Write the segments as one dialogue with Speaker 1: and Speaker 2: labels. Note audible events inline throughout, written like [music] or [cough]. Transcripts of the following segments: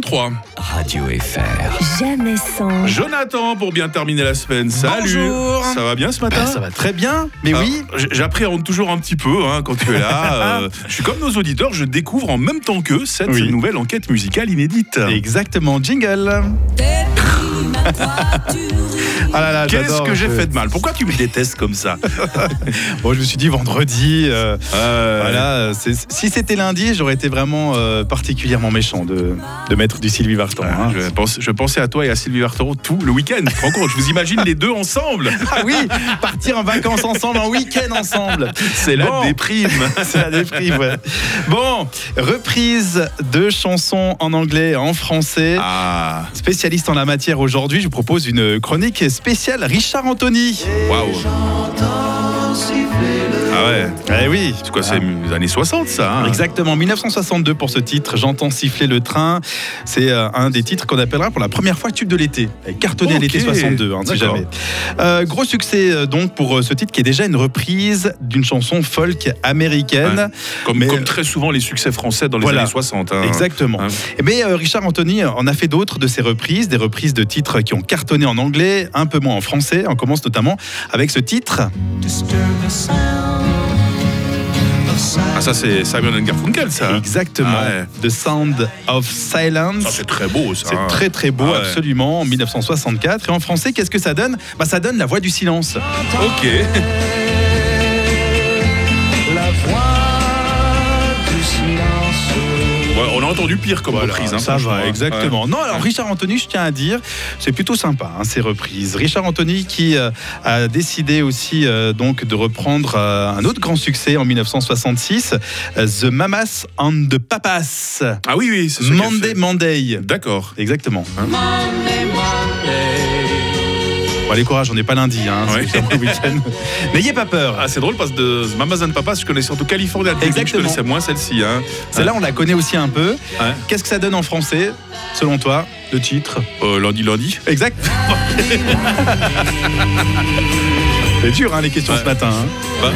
Speaker 1: 23.
Speaker 2: Radio FR.
Speaker 3: Jamais sans.
Speaker 1: Jonathan, pour bien terminer la semaine. Salut.
Speaker 4: Bonjour.
Speaker 1: Ça va bien ce matin
Speaker 4: Ben, ça va très bien, mais
Speaker 1: Ah,
Speaker 4: oui.
Speaker 1: j- J'appréhende toujours un petit peu hein, quand tu es
Speaker 4: [laughs]
Speaker 1: là. Euh, je suis comme nos auditeurs, je découvre en même temps qu'eux cette
Speaker 4: Oui.
Speaker 1: nouvelle enquête musicale inédite.
Speaker 4: Exactement, jingle. Ah là là,
Speaker 1: Qu'est-ce
Speaker 4: j'adore,
Speaker 1: que j'ai
Speaker 4: je-
Speaker 1: fait de mal Pourquoi tu me détestes comme
Speaker 4: [laughs]
Speaker 1: ça
Speaker 4: Bon, je me suis dit vendredi. euh,
Speaker 1: Euh,
Speaker 4: Voilà, c'est- si c'était lundi, j'aurais été vraiment euh, particulièrement méchant de, de mettre du Sylvie Vartan.
Speaker 1: Ah,
Speaker 4: hein.
Speaker 1: Je, pense- je pensais à toi et à Sylvie Vartoro tout le week-end. Tu te rends compte Je vous imagine les deux
Speaker 4: [laughs]
Speaker 1: ensemble.
Speaker 4: Ah oui, partir en vacances ensemble, en week-end ensemble.
Speaker 1: C'est la
Speaker 4: Bon.
Speaker 1: déprime.
Speaker 4: [laughs] C'est la déprime, ouais. Bon, reprise de chansons en anglais et en français.
Speaker 1: Ah,
Speaker 4: Spécialiste en la matière aujourd'hui, je vous propose une chronique spéciale Richard Anthony.
Speaker 1: waouh. Ah ouais.
Speaker 4: Eh oui,
Speaker 1: C'est quoi, c'est les années 60 ça hein
Speaker 4: Exactement, 1962 pour ce titre, J'entends siffler le train. C'est euh, un des titres qu'on appellera pour la première fois tube de l'été. Elle Cartonné à
Speaker 1: Ok.
Speaker 4: l'été 62, hein, si
Speaker 1: D'accord.
Speaker 4: jamais. Euh, gros succès euh, donc pour euh, ce titre qui est déjà une reprise d'une chanson folk américaine.
Speaker 1: Comme,
Speaker 4: Mais,
Speaker 1: comme
Speaker 4: euh,
Speaker 1: très souvent les succès français dans les
Speaker 4: voilà.
Speaker 1: années 60. hein.
Speaker 4: Exactement.
Speaker 1: Hein.
Speaker 4: Mais euh, Richard Anthony en a fait d'autres de ses reprises, des reprises de titres qui ont cartonné en anglais, un peu moins en français. On commence notamment avec ce titre.
Speaker 1: Ah, ça, c'est Simon and Garfunkel, ça.
Speaker 4: Exactement.
Speaker 1: Ah ouais.
Speaker 4: The Sound of Silence.
Speaker 1: Ça, c'est très beau, ça.
Speaker 4: C'est
Speaker 1: hein.
Speaker 4: très très beau,
Speaker 1: Ah ouais.
Speaker 4: absolument, en 1964. Et en français, qu'est-ce que ça donne bah, Ça donne la voix du silence.
Speaker 1: Bah, Ok. Ouais, on a entendu pire comme reprise. hein,
Speaker 4: ça
Speaker 1: franchement,
Speaker 4: va,
Speaker 1: hein.
Speaker 4: exactement. Non, alors
Speaker 1: Ouais.
Speaker 4: Richard Anthony, je tiens à dire, c'est plutôt sympa, hein, ces reprises. Richard Anthony qui euh, a décidé aussi euh, donc de reprendre euh, un autre grand succès en 1966, euh, The Mamas and the Papas.
Speaker 1: Ah oui, oui, c'est ce qu'il a
Speaker 4: Monday
Speaker 1: fait. Hein
Speaker 4: Monday.
Speaker 1: D'accord.
Speaker 4: Exactement. Bon, allez, courage, on n'est pas lundi, hein,
Speaker 1: Ouais.
Speaker 4: c'est le
Speaker 1: [laughs]
Speaker 4: week-end. N'ayez pas peur.
Speaker 1: Ah, c'est drôle parce que de Mamas and Papas, je connais surtout California. Dreaming, Je
Speaker 4: Exactement.
Speaker 1: connaissais moins celle-ci. Hein.
Speaker 4: Celle-là, on la connaît aussi un peu.
Speaker 1: Ouais.
Speaker 4: Qu'est-ce que ça donne en français, selon toi, le titre
Speaker 1: Euh, lundi, lundi.
Speaker 4: Exact. [laughs] C'est dur, hein, les questions ce matin. hein.
Speaker 1: Bah,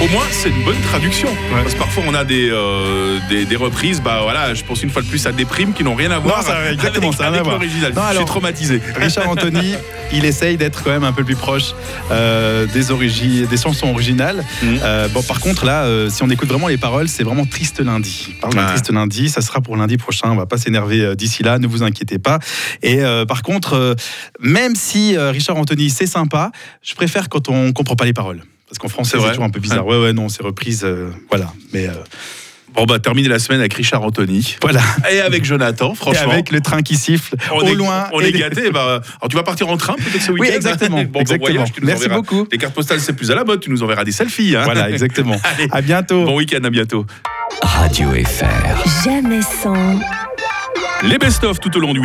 Speaker 1: au moins, c'est une bonne traduction. Parce que parfois, on a des, euh, des, des reprises, bah voilà, je pense une fois de plus à des primes qui n'ont rien à voir
Speaker 4: ça a exactement,
Speaker 1: avec,
Speaker 4: ça a rien
Speaker 1: avec
Speaker 4: à voir.
Speaker 1: l'original.
Speaker 4: Non,
Speaker 1: Je suis
Speaker 4: alors-
Speaker 1: traumatisé.
Speaker 4: Richard
Speaker 1: [laughs]
Speaker 4: Anthony, il essaye d'être quand même un peu plus proche euh, des, origi- des chansons originales.
Speaker 1: Mhm.
Speaker 4: Euh, bon, par contre, là, euh, si on écoute vraiment les paroles, c'est vraiment Triste Lundi. Il Parle d'un
Speaker 1: Ouais.
Speaker 4: Triste Lundi, ça sera pour lundi prochain. On va pas s'énerver euh, d'ici là, ne vous inquiétez pas. Et euh, par contre, euh, même si euh, Richard Anthony, c'est sympa, je préfère quand on comprend pas les paroles. Parce qu'en français,
Speaker 1: C'est vrai.
Speaker 4: c'est toujours un peu bizarre. Ouais, ouais, non, c'est reprise. euh, voilà. Mais euh,
Speaker 1: Bon, bah, terminer la semaine avec Richard Anthony.
Speaker 4: voilà.
Speaker 1: Et avec Jonathan,
Speaker 4: Et
Speaker 1: franchement.
Speaker 4: avec le train qui siffle
Speaker 1: on
Speaker 4: au
Speaker 1: est,
Speaker 4: loin.
Speaker 1: On
Speaker 4: et
Speaker 1: est
Speaker 4: les-
Speaker 1: gâtés. Bah, alors, tu vas partir en train peut-être ce week-end
Speaker 4: Oui, exactement.
Speaker 1: [laughs] Bon, bon
Speaker 4: exactement.
Speaker 1: voyage, tu nous
Speaker 4: Merci
Speaker 1: enverras-
Speaker 4: beaucoup.
Speaker 1: Les cartes postales, c'est plus à la mode. Tu nous enverras des selfies. hein.
Speaker 4: Voilà, exactement.
Speaker 1: [laughs] Allez.
Speaker 4: À bientôt.
Speaker 1: Bon week-end, à bientôt.
Speaker 2: Radio FR.
Speaker 3: Jamais sans.
Speaker 1: Les best-of tout au long du